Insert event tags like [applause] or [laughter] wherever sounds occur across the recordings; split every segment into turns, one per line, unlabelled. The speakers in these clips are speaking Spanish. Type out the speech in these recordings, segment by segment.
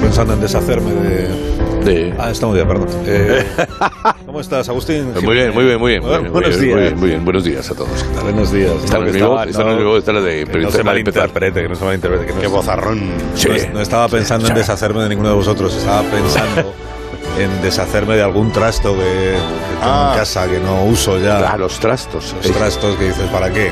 pensando en deshacerme de...
Sí.
Ah, está muy bien, perdón. Eh, ¿Cómo estás, Agustín?
Pues Muy bien, muy bien, muy bien. muy bien, muy
Buenos
bien,
días.
Muy bien, muy bien. Buenos días a todos. ¿Qué tal?
Buenos días.
Está
No,
en
que
mi voz,
estaba-
está en mi voz, está la de
Que no
periodista
se
para empezar.
malinterprete, que no se malinterprete. Que no,
Qué vozarrón.
Sí.
no es- no estaba pensando en deshacerme de ninguno de vosotros, estaba pensando en deshacerme de algún trasto que, que tengo
Ah.
en casa, que no uso ya.
Ah, los trastos.
Los trastos que dices, ¿para qué?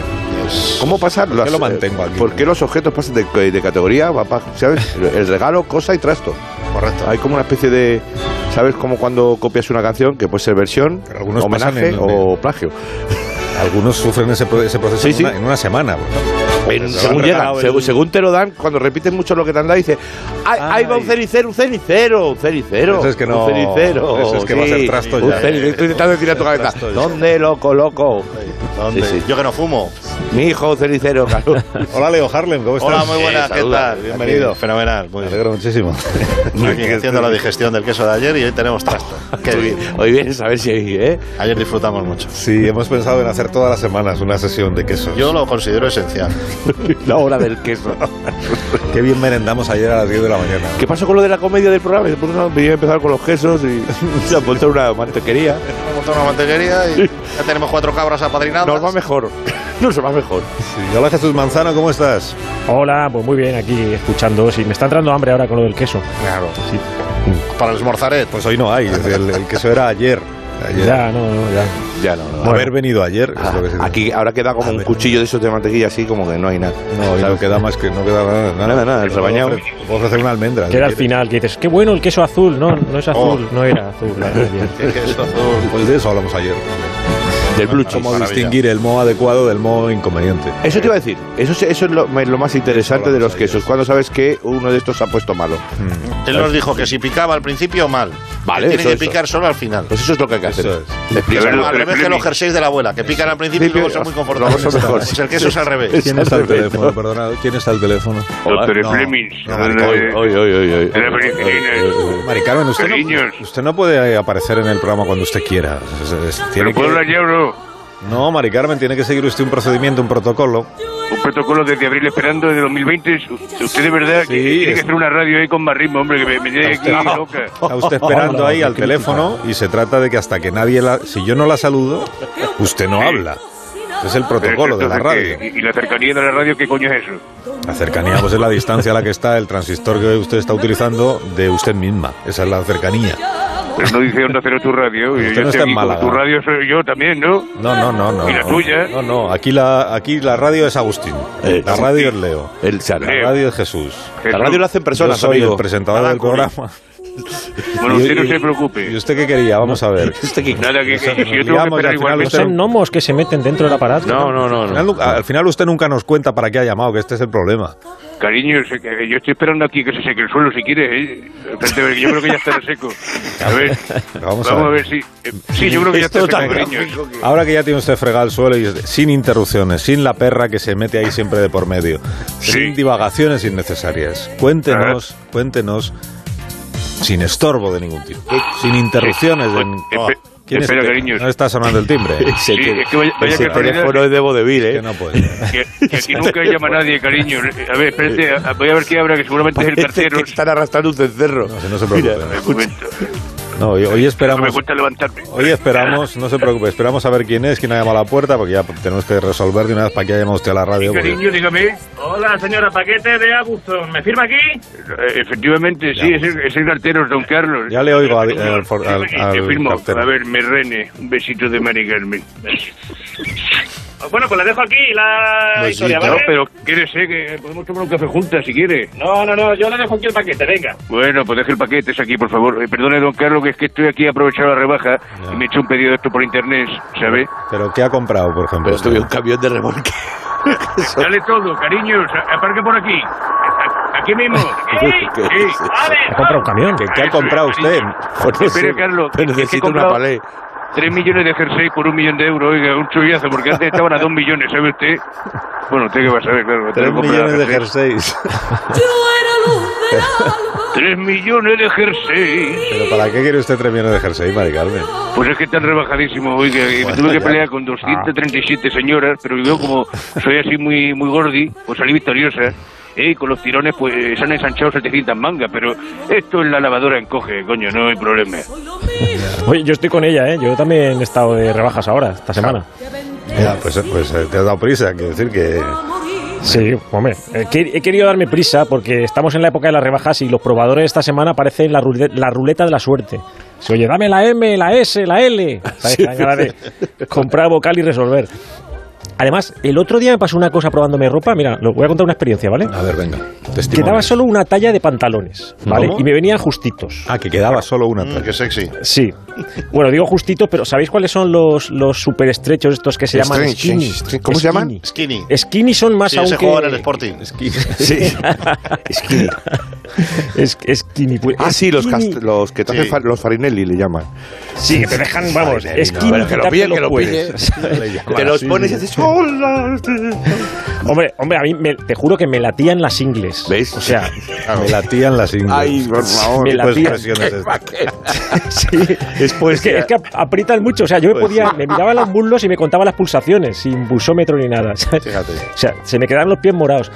¿Cómo pasar?
qué lo mantengo aquí?
¿Por qué los objetos pasan de, de categoría? Va pa- ¿Sabes? El regalo, cosa y trasto.
Correcto.
Hay como una especie de. ¿Sabes cómo cuando copias una canción? Que puede ser versión,
Pero algunos
homenaje
pasan en-
o plagio.
Algunos sufren ese, pro- ese proceso
Sí,
en,
sí.
Una, en una semana.
En-
Pero
según
han
llegan,
regalado
según,
el-
según te lo dan, cuando repiten mucho lo que te han dado, dices: ¡Ay, ahí va un
Ay.
cenicero, un cenicero, un cenicero!
Eso es que no-
Un cenicero.
eso es que va a ser trasto
un
ya. ¿eh?
cenicero. Estoy intentando decir a tu cabeza:
trasto ya.
¿Dónde lo coloco?
¿Dónde?
Sí, sí.
Yo que no fumo.
Mi hijo, un cenicero, claro.
Hola, Leo Harlem, ¿cómo estás?
Hola, muy buenas,
Sí,
¿qué
saluda.
tal? Bienvenido, fenomenal. Muy
Me
bien.
alegro
[laughs]
muchísimo.
Aquí haciendo la digestión del queso de ayer y hoy tenemos [laughs] trasto. Qué bien.
Hoy vienes a ver si hay, ¿eh?
Ayer disfrutamos mucho.
Sí, hemos pensado en hacer todas las semanas una sesión de quesos.
Yo lo considero esencial.
La hora del queso.
Qué bien merendamos ayer a las 10 de la mañana.
¿Qué pasó con lo de la comedia del programa? Se puso- Venía a empezar con los quesos y [laughs] se apuntó una mantequería.
Hemos montado una mantequería y ya tenemos cuatro cabras apadrinadas.
Nos va mejor. [laughs] Nos va mejor.
Sí, Hola, Jesús Manzano, ¿cómo estás?
Hola, pues muy bien aquí escuchando. Sí, me está entrando hambre ahora con lo del queso.
Claro. Para el ¿eh? esmorzaret.
Pues hoy no hay, es el, el queso era ayer. Ayer.
Ya, no, no, ya.
Ya no, no.
Haber venido ayer es lo Pues que se dice.
Ah, Aquí ahora queda como un cuchillo de esos de mantequilla así, como que no hay nada.
No, hoy no queda más que no queda nada.
Nada, nada, el
Puedo
rebañado.
ofrecer- Puedo ofrecer una almendra.
Que era
si
al
quieres.
final, que dices, qué bueno el queso azul. No, no es
Oh.
azul, no era azul.
[laughs]
la verdad.
Qué queso azul.
Pues de eso hablamos ayer.
Del blue cheese.
Cómo
maravilla.
distinguir el moho adecuado del moho inconveniente.
Eso te iba a decir, eso, es- eso es lo, lo más interesante de los quesos, cuando sabes que uno de estos se ha puesto malo.
[laughs]
Hmm.
Él nos dijo que si picaba al principio, mal.
Vale,
Que Tiene
eso,
que
eso.
picar solo al final.
Pues eso es lo que hay que hacer.
Eso es.
Es
Explica-
como al revés que los jerseys de la abuela, que pican al principio y luego son muy confortables.
Luego son mejor.
Pues el queso es al revés.
¿Quién está al
Exacto.
teléfono? Perdona, ¿quién está al teléfono?
Hola.
Doctor
No,
Flemings.
no,
¿dónde-
Oy, oy, oy, oy, oy.
Hola, Flemings.
Mari Carmen, usted
Cariños.
no, usted no puede aparecer en el programa cuando usted quiera. Es- es- es- tiene
¿Pero puedo
que-
hablar ya o no?
no, Mari Carmen, tiene que seguir usted un procedimiento, un protocolo.
Un protocolo desde abril esperando desde 2020. Su- Usted de verdad que
Sí,
tiene
es-
que hacer una radio ahí con más ritmo, hombre, que me, me tiene aquí
[laughs]
loca.
Está usted esperando ahí al teléfono y se trata de que hasta que nadie la... Si yo no la saludo, usted no
Sí.
habla. Es el
Pero
protocolo de la
entonces,
radio.
¿qué? ¿Y, y la cercanía de la radio qué coño es eso?
La cercanía pues, es la distancia a la que está el transistor que usted está utilizando de usted misma. Esa es la cercanía.
Pero no dice Onda Cero tu
[laughs]
radio.
Usted
y yo
no
estoy
está en
aquí como
Málaga.
Tu radio soy yo también, ¿no?
No, no, no, no.
¿Y la tuya? ¿eh?
No, no. Aquí la, aquí la radio es Agustín.
Eh,
La
sí.
radio es Leo.
El Sara.
La radio es Jesús.
La radio la hacen personas,
Yo soy
amigo.
el presentador
Nada
del
ocurre.
programa.
Bueno,
Y-
usted no
y-
se
¿Y
preocupe.
usted qué quería? Vamos a ver.
Este que-
Nada, que, que-
Nos-
que
nos
yo tengo que
liamos y al
esperar
final
No
igualmente.
usted-
son gnomos que se meten dentro del aparato.
No, no, no.
Al
no.
final, al final usted nunca nos cuenta para qué ha llamado, que este es el problema.
Cariño, se- que- yo estoy esperando aquí que se seque el suelo si quieres, ¿eh? Espérate, yo creo que ya está seco. A ver,
Pero [laughs] vamos a
a
ver.
ver si... eh, Sí, yo creo que ya está
Esto
seco,
tan
cariño.
Ahora que ya tiene usted fregado el suelo y sin interrupciones, sin la perra que se mete ahí siempre de por medio,
Sí. Ah.
sin divagaciones innecesarias, cuéntenos, cuéntenos, sin estorbo de ningún tipo, eh, sin interrupciones. de- Ah,
Eh, espe-
¿Quién es
espera,
este?
cariño.
No está sonando el timbre.
Ese
[laughs] Sí,
que-
es que vaya- vaya
ese
casualidad.
teléfono es de Vodevil, ¿eh?
Que no puede. [laughs]
Que, que aquí nunca llama nadie, cariño. A ver, espérate, a- voy a ver qué habrá, que seguramente es el
Parece Este que
cartero.
están arrastrando un cencerro.
No, se- no se preocupe.
Mira,
Un momento,
No, hoy- hoy
no me
esperamos.
cuesta levantarme.
Hoy esperamos, no se preocupe, esperamos a ver quién es, quién ha llamado a la puerta, porque ya tenemos que resolver de una vez para que ha llamado usted a la radio. porque-
Cariño, dígame.
Hola, señora Paquete de Abuston. ¿Me firma aquí?
Eh, Efectivamente, sí, es el, es el cartero, don Carlos.
Ya le oigo al- al- for- al-
Te
al
firmo.
cartero.
A ver, me rene. Un besito de Mari Carmen.
Bueno, pues la dejo aquí la
Pues sí,
historia,
no,
No,
¿vale?
pero quieres, eh, que podemos tomar un café juntas si quieres.
No, no, no, yo la dejo aquí el paquete, venga.
Bueno, pues deje el paquete es aquí, por favor. Eh, perdone, don Carlos, que es que estoy aquí aprovechando la rebaja y me he hecho un pedido de esto por internet, ¿sabes?
Pero ¿qué ha comprado, por ejemplo?
Pero
usted?
tuve un camión de remolque.
Dale todo, cariños. a- Aparca por aquí. A- Aquí mismo.
¿Qué-
[laughs] Sí,
qué-
sí.
¡Vale!
Ha comprado un camión.
¿Qué, qué ha comprado usted?
Pues no
Espere,
sé,
Carlos,
pero
que- que he
necesito una
comprado-
palé.
Tres millones de jersey por un millón de euros, oiga, un chullazo, porque antes estaban a dos millones, ¿sabe usted? Bueno, usted que va a saber, claro.
Tres
tengo que comprar
millones de jerseys. [laughs]
Tres millones de jersey.
¿Pero para qué quiere usted tres millones de jersey, Mari Carmen?
Pues es que están rebajadísimos, oiga, y me tuve que pelear con 237 señoras, pero yo como soy así muy muy gordi, pues salí victoriosa. ¿eh? Y con los tirones pues se han ensanchado 700 mangas, pero esto en la lavadora encoge, coño, no hay problema.
Oye, yo estoy con ella, ¿eh? Yo también he estado de rebajas ahora,
Ah.
esta semana.
Ya, pues, pues eh, te has dado prisa, quiero decir que...
Sí, hombre. eh, que- He querido darme prisa porque estamos en la época de las rebajas y los probadores esta semana parecen la, rule- la ruleta de la suerte. Se oye, dame la M, la S, la L. ¿Sabes? Te dan ganas de comprar vocal y resolver. Además, el otro día me pasó una cosa probándome ropa. Mira, lo voy a contar una experiencia, ¿vale?
A ver, venga,
Que
testimonio.
daba solo una talla de pantalones, ¿vale?
¿Cómo?
Y me venían justitos.
Ah, que quedaba solo una
Mm,
talla. [laughs]
qué sexy.
Sí. Bueno, digo justitos, pero ¿sabéis cuáles son los, los super estrechos estos que se llaman
Estrecho,
skinny?
estre- ¿cómo se llaman?
Skinny.
Skinny. Skinny son más
Sí,
aún
ese
que-
jugador en el Sporting.
Sí.
[laughs] Skinny. Es, skinny. pues.
Ah, sí, los,
Skinny.
cast- los que traje
Sí.
fa- los farinelli le llaman.
Sí, que te dejan, vamos,
Ay, Nelly, no,
skinny.
bueno,
que lo
quitarte
pille,
los
que lo pille. [laughs]
cuellos.
Te los pones y "Oh, haces hola.
Hombre, hombre, a mí me- te juro que me latían las ingles.
¿Veis? [laughs]
O sea,
Me latían las ingles.
Ay,
[laughs]
por favor.
Me la-
Pues [laughs]
latían.
presiones estas.
sí. Es,
Pues
que, es que ap- aprietan mucho. O sea, yo me podía, me miraba los muslos y me contaba las pulsaciones, sin busómetro ni nada. [laughs] ¿sabes?
Fíjate.
O sea, se me quedaron los pies morados.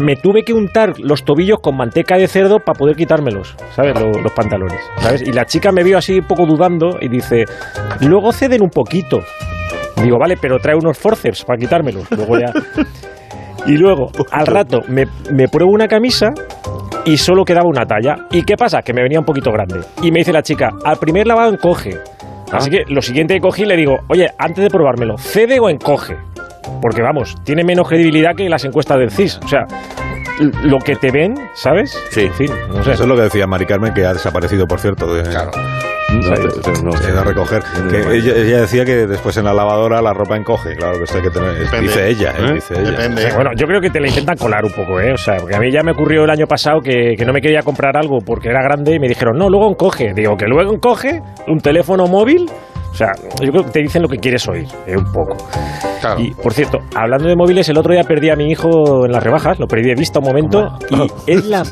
Me tuve que untar los tobillos con manteca de cerdo para poder quitármelos, ¿sabes? Lo- los pantalones, ¿sabes? Y la chica me vio así un poco dudando y dice, luego ceden un poquito. Digo, vale, pero trae unos forceps para quitármelos. Luego ya... Y luego, al rato, me, me pruebo una camisa y solo quedaba una talla. ¿Y qué pasa? Que me venía un poquito grande. Y me dice la chica, al primer lavado encoge. Así que lo siguiente que cogí le digo, oye, antes de probármelo, ¿cede o encoge? Porque vamos, tiene menos credibilidad que las encuestas del CIS. O sea, l- lo que te ven, ¿sabes?
Sí.
En fin, no sé.
Eso es lo que decía Mari Carmen, que ha desaparecido, por cierto. De,
Claro.
Se da a recoger. Que ella, ella decía que después en la lavadora la ropa encoge. Claro que esto hay que tener.
Depende.
Dice ella, ¿eh?
¿Eh?
Dice ella.
Depende.
Bueno, yo creo que te la intentan colar un poco, ¿eh? O sea, porque a mí ya me ocurrió el año pasado que, que no me quería comprar algo porque era grande y me dijeron, no, luego encoge. Digo, que luego encoge un teléfono móvil. O sea, yo creo que te dicen lo que quieres oír, ¿eh? un poco.
Claro.
Y, por cierto, hablando de móviles, el otro día perdí a mi hijo en las rebajas, lo perdí de vista un momento, y es la,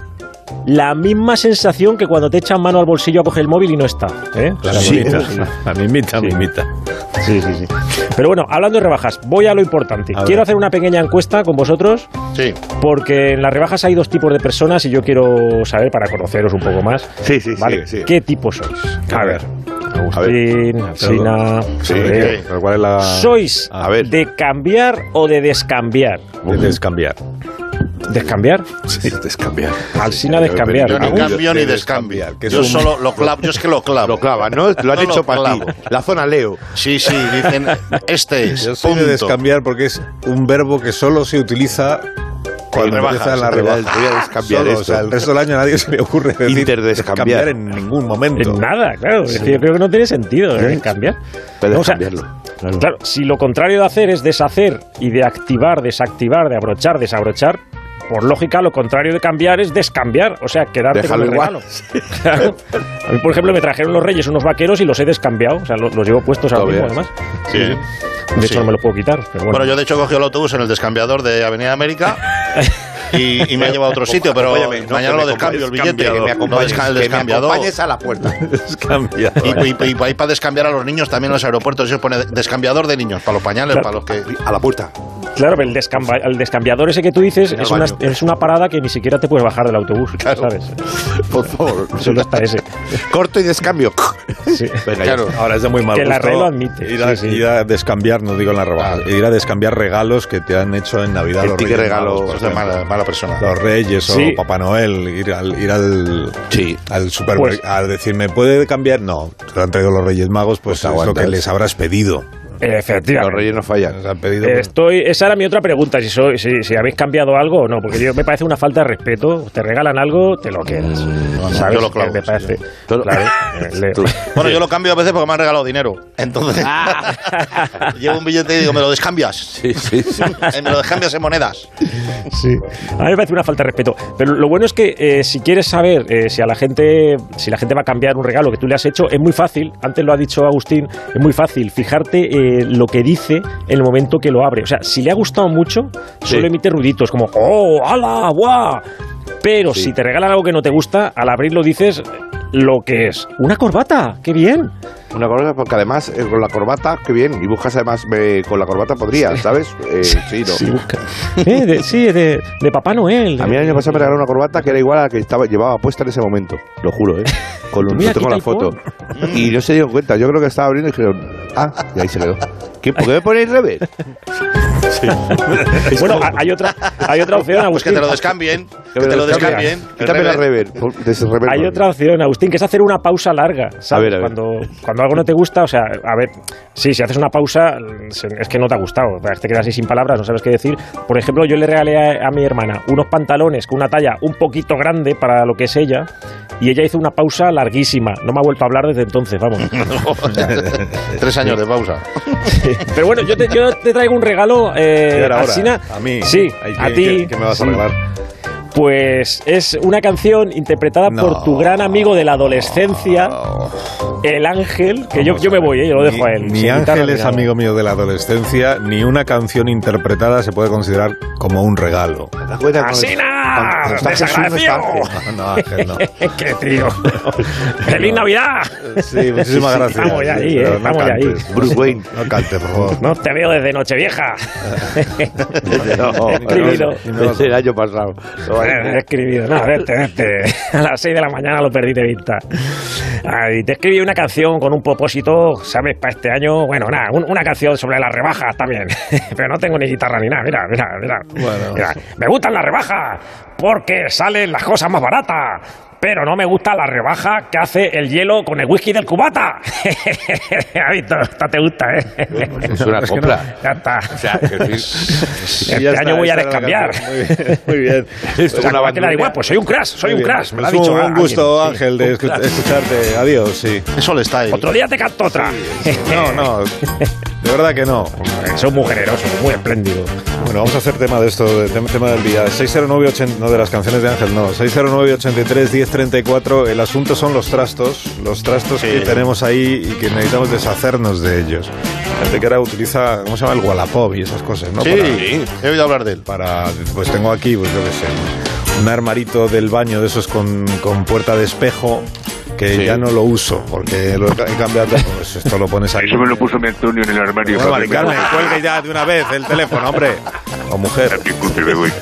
la misma sensación que cuando te echan mano al bolsillo a coger el móvil y no está, ¿eh?
La
Sí.
mimita. [laughs] La mimita,
Sí.
mimita.
Sí, sí, sí. Pero bueno, hablando de rebajas, voy a lo importante.
A ver.
Quiero hacer una pequeña encuesta con vosotros
Sí.
porque en las rebajas hay dos tipos de personas y yo quiero saber, para conoceros un poco más,
Sí, sí,
¿vale?
sí. sí.
¿qué tipo sois?
A ver.
Agustín, Sina...
Sí,
Soler.
¿qué? ¿Cuál es la.
¿Sois
A ver.
de cambiar o de descambiar?
Debes cambiar.
¿Descambiar?
Sí, descambiar.
Alsina
Yo
descambiar.
ni
Algún-
cambio ni
Debes
descambio.
cambiar, que es
Yo
un-
solo lo clavo. Yo es que lo
[laughs]
clavo.
Lo clavan, ¿no? Lo han
No lo
hecho para ti.
clavo.
La zona Leo.
Sí, sí, dicen, este es.
Yo soy de
punto.
descambiar porque es un verbo que solo se utiliza cuando
rebajas,
empieza la
te voy a-
rebaja.
te voy a descambiar
Solo,
esto.
O sea, el resto del año a nadie se le ocurre decir
Interdescambiar.
descambiar en ningún momento.
En nada, claro. Es que yo creo que no tiene sentido ¿eh? cambiar.
Puedes
No, o sea,
cambiarlo.
claro. si lo contrario de hacer es deshacer y de activar, desactivar, de abrochar, desabrochar, por lógica, lo contrario de cambiar es descambiar, o sea, quedarte
Déjalo
con el
igual.
regalo. Claro. A mí, por ejemplo, me trajeron los reyes unos vaqueros y los he descambiado, o sea, los, los llevo puestos ahora mismo,
Todavía.
además.
Sí.
De
Sí.
hecho, no me los puedo quitar, pero bueno.
Bueno, yo de hecho he cogido el autobús en el descambiador de
[laughs]
Avenida América y, y me ha llevado a otro sitio, pero
Acompáñame, no,
mañana
que
lo
me
descambio, el
acompañes,
billete.
que me
no
acompañes,
desca- el
que me
descambiador.
acompañes a la puerta.
Descambiar.
Y, y- y- y para descambiar a los niños también en los aeropuertos, se pone descambiador de niños, para los pañales, para los que.
A la puerta.
Claro, pero el, descamba- el descambiador ese que tú dices es una,
baño.
es una parada que ni siquiera te puedes bajar del autobús, ¿sabes?
Por favor.
Solo está
[laughs]
ese.
Corto y descambio.
Sí.
Venga, ya está. ahora es de muy mal
Que el
gusto
arreglo admite,
Ir a,
sí, Ah. sí.
ir a descambiar, no digo en la rebaja, ir a descambiar regalos que te han hecho en Navidad.
El
los
ticket
Reyes
regalo,
Magos, por
O sea,
ejemplo.
pues, mala, mala persona.
Los Reyes
Sí.
o Papá Noel, ir al, ir al,
Sí.
al
Pues-
supermercado a decir, ¿me puede cambiar? No, te lo han traído los Reyes Magos, pues,
Pues
es lo
aguantas.
que les habrás
[laughs]
pedido.
Efectivamente.
Los reyes no
Les
fallan.
han pedido
Eh, Estoy, esa era mi otra pregunta, si, soy, si, si habéis cambiado algo o no, porque yo, me parece una falta de respeto. Te regalan algo, te lo quedas. ¿sabes?
yo lo clavo,
Eh, me
sí,
parece.
Todo-
[laughs]
claro, eh, le-
Tú.
Bueno, yo lo cambio a veces porque me han regalado dinero. Entonces, [laughs] llevo un billete y digo, ¿me lo descambias?
Ah. Sí, sí, sí.
[laughs] Eh, ¿Me lo descambias en monedas?
sí. A mí me parece una falta de respeto. Pero lo bueno es que eh, si quieres saber eh, si a la gente si la gente va a cambiar un regalo que tú le has hecho, es muy fácil. Antes lo ha dicho Agustín, es muy fácil fijarte eh, lo que dice en el momento que lo abre. O sea, si le ha gustado mucho, solo
Sí.
emite ruiditos como ¡Oh, ala, guau! Pero si te regalan algo que no te gusta, al abrirlo dices lo que es. ¡Una corbata! ¡Qué bien!
Una corbata, porque además eh, con la corbata, qué bien. Y buscas además, eh, con la corbata podría, ¿sabes? Eh, sí, no.
Sí, busca. Eh, de, sí, de, de Papá Noel.
A mí el año pasado me regalaron una corbata que era igual a la que estaba, llevaba puesta en ese momento, lo juro, ¿eh? Con un,
Mira,
yo tengo la
quita y
foto. Y no se dieron cuenta, yo creo que estaba abriendo y dijeron, ah, y ahí se quedó. ¿Qué, ¿Por qué me ponéis revés?
Bueno, ha- hay otra, hay otra opción,
[laughs]
Pues que
Agustín.
te lo descambien. Que te lo descambien.
Quítame la
El revés.
rever. por- des- rever
Hay
no.
pues
otra opción, Agustín, que es hacer una pausa larga. ¿sabes?
A ver, a ver.
Cuando, cuando algo no te gusta, o sea, a ver, sí, si haces una pausa, se- es que no te ha gustado. Te quedas así sin palabras, no sabes qué decir. Por ejemplo, yo le regalé a, a mi hermana unos pantalones con una talla un poquito grande para lo que es ella, y ella hizo una pausa larguísima. No me ha vuelto a hablar desde entonces, vamos.
[laughs]
Eh,
Tres años de pausa.
Pero bueno, yo te, yo te traigo un regalo, eh,
Ahora, ahora,
Alsina.
A mí.
Sí,
Ay,
a
¿qué-
ti.
qué- qué me vas a
Sí.
regalar?
Pues es una canción interpretada
No.
por tu gran amigo de la adolescencia,
Oh,
El Ángel, que yo, yo me voy, ¿eh? yo lo
ni,
dejo a él.
Ni
sin
Ángel
guitarra,
es
nada.
amigo mío de la adolescencia, ni una canción interpretada se puede considerar como un
[laughs]
regalo.
¿Te das cuenta?
Ah,
Cuando-
¡Asina!
cuando está Jesús, no está
¡Desagradecido!
No,
Ángel.
no, Ángel, no.
[laughs] ¡Qué tío! ¡Feliz Navidad!
[laughs] Sí, muchísimas gracias.
Vamos ya ahí,
Pero
eh, vamos ya ahí.
cantes,
Bruce
no-
Wayne.
No cantes, por favor.
No te veo desde Nochevieja.
[laughs]
No,
Escribido.
no, es el año pasado. No,
Eh, Te he escribido, no, vete, vete. A las 6 de la mañana lo perdí de vista. Ay, te escribí una canción con un propósito, ¿sabes? Para este año, bueno, nada, un- una canción sobre las rebajas también. [laughs] Pero no tengo ni guitarra ni nada, mira, mira, mira.
Bueno.
Mira, Me gustan las rebajas porque salen las cosas más baratas. Pero no me gusta la rebaja que hace el hielo con el whisky del cubata. [laughs] ¿Has visto? Esta te gusta, ¿eh?
es
[laughs]
una
Es que no.
copla.
[laughs] Ya está.
Este
Este año voy a descambiar.
Muy bien.
[laughs]
Es
O
una
sea, que te da
bandera.
igual, pues soy un crash, soy un ah. crash. Me lo ha
Es un,
dicho
un
alguien.
gusto, Ángel, de escu- escucharte. Adiós, sí.
Eso le está ahí.
Otro día te canto otra.
No, no. De verdad que no.
Son muy generosos, muy espléndidos.
Bueno, vamos a hacer tema de esto, de tem- tema del día. 609 80 no de las canciones de Ángel, no. 609 83 1034. El asunto son los trastos, los trastos que tenemos ahí y que necesitamos deshacernos de ellos. Gente que ahora utiliza, ¿cómo se llama? El Wallapop y esas cosas, ¿no?
Sí,
Para-
he oído hablar de él.
para pues tengo aquí pues yo qué sé un armarito del baño de esos con, con puerta de espejo que ya no lo uso porque lo he ca- he cambiado pues esto lo pones ahí
Eso me lo puso mi Antonio en el armario.
bueno,
para
Mari
hacerme-
Carmen, cuelgue ya de una vez el teléfono hombre o mujer
Disculpe, me voy.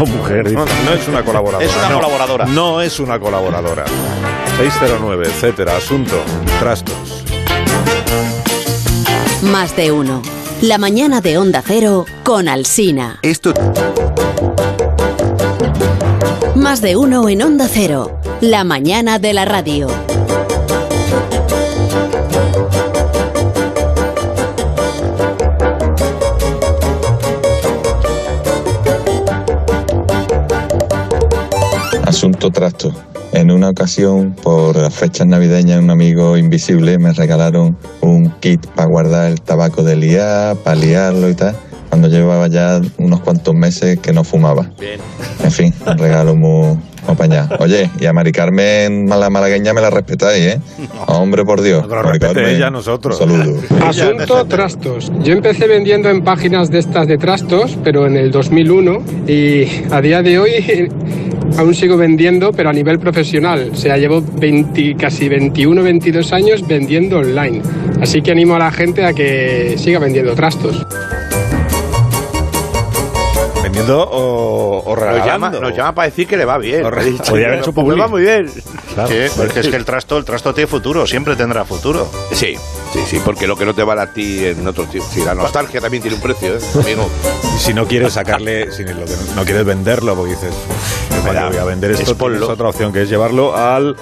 Oh, mujer.
no, no es una colaboradora
Es una
no.
colaboradora.
no es una colaboradora 609 etcétera asunto trastos
Más de uno. La mañana de Onda Cero con Alsina.
Esto
Más de uno en Onda Cero. La mañana de la radio.
Asunto trasto. En una ocasión, por las fechas navideñas, un amigo invisible me regalaron un kit para guardar el tabaco de liar, para liarlo y tal, cuando llevaba ya unos cuantos meses que no fumaba. En fin, un regalo muy apañado. Oye, y a Mari Carmen, la malagueña, me la respetáis, ¿eh? Hombre, por Dios.
No, que la
Mari
respete
Carmen,
ella a nosotros.
un Saludo.
Asunto trastos. Yo empecé vendiendo en páginas de estas de trastos, pero en el 2001 y a día de hoy aún sigo vendiendo, pero a nivel profesional. O sea, llevo 20, casi 21, 22 años vendiendo online. Así que animo a la gente a que siga vendiendo trastos.
vendiendo o, o
Nos llama,
regalando
nos llama para decir que le va bien.
Correcto.
Ha dicho,
Podría haber
"Pues
hecho
me va muy bien.
Sí, porque es que el trasto, el trasto tiene futuro, siempre tendrá futuro.
Sí, sí, sí, porque lo que no te vale a ti en otro tiempo. Sí, la nostalgia también tiene un precio, ¿eh, amigo?
Y si no quieres sacarle, si lo que no, no quieres venderlo, porque dices, "Uf, ¿para qué voy a vender esto?
Exponlo.
Tienes otra opción que es llevarlo al,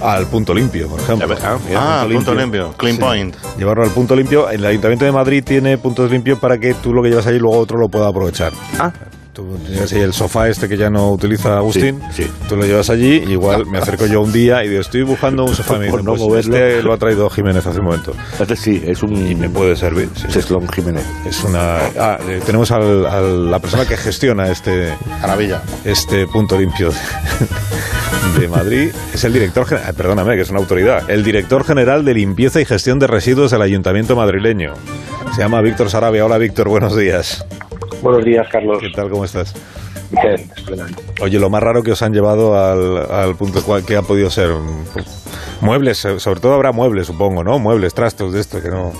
al punto limpio, por ejemplo.
Ya ves, ah,
Ah, punto limpio, clean point.
Llevarlo al punto limpio. El Ayuntamiento de Madrid tiene puntos limpios para que tú lo que llevas ahí luego otro lo pueda aprovechar.
Ah.
Tú llevas ahí el sofá este que ya no utiliza Agustín,
Sí, sí.
tú lo llevas allí, igual me acerco yo un día y digo, estoy buscando un sofá y me
Por
dicen,
no
"Pues
moverlo".
este lo ha traído Jiménez hace un momento.
Sí, es un.
Y me puede servir. sí.
Ceslón Jiménez.
Es una. ah, eh, tenemos al- a la persona que gestiona este,
Maravilla.
este punto limpio de [laughs] Madrid. Es el director. gen- ah, Perdóname, que es una autoridad. El director general de limpieza y gestión de residuos del Ayuntamiento madrileño. Se llama Víctor Sarabia. Hola, Víctor, buenos días.
Buenos días, Carlos.
¿Qué tal? ¿Cómo estás?
Bien, bueno.
Oye, lo más raro que os han llevado al, al punto cual que ha podido ser mm, muebles, eh, sobre todo habrá muebles, supongo, ¿no? Muebles, trastos de esto que no.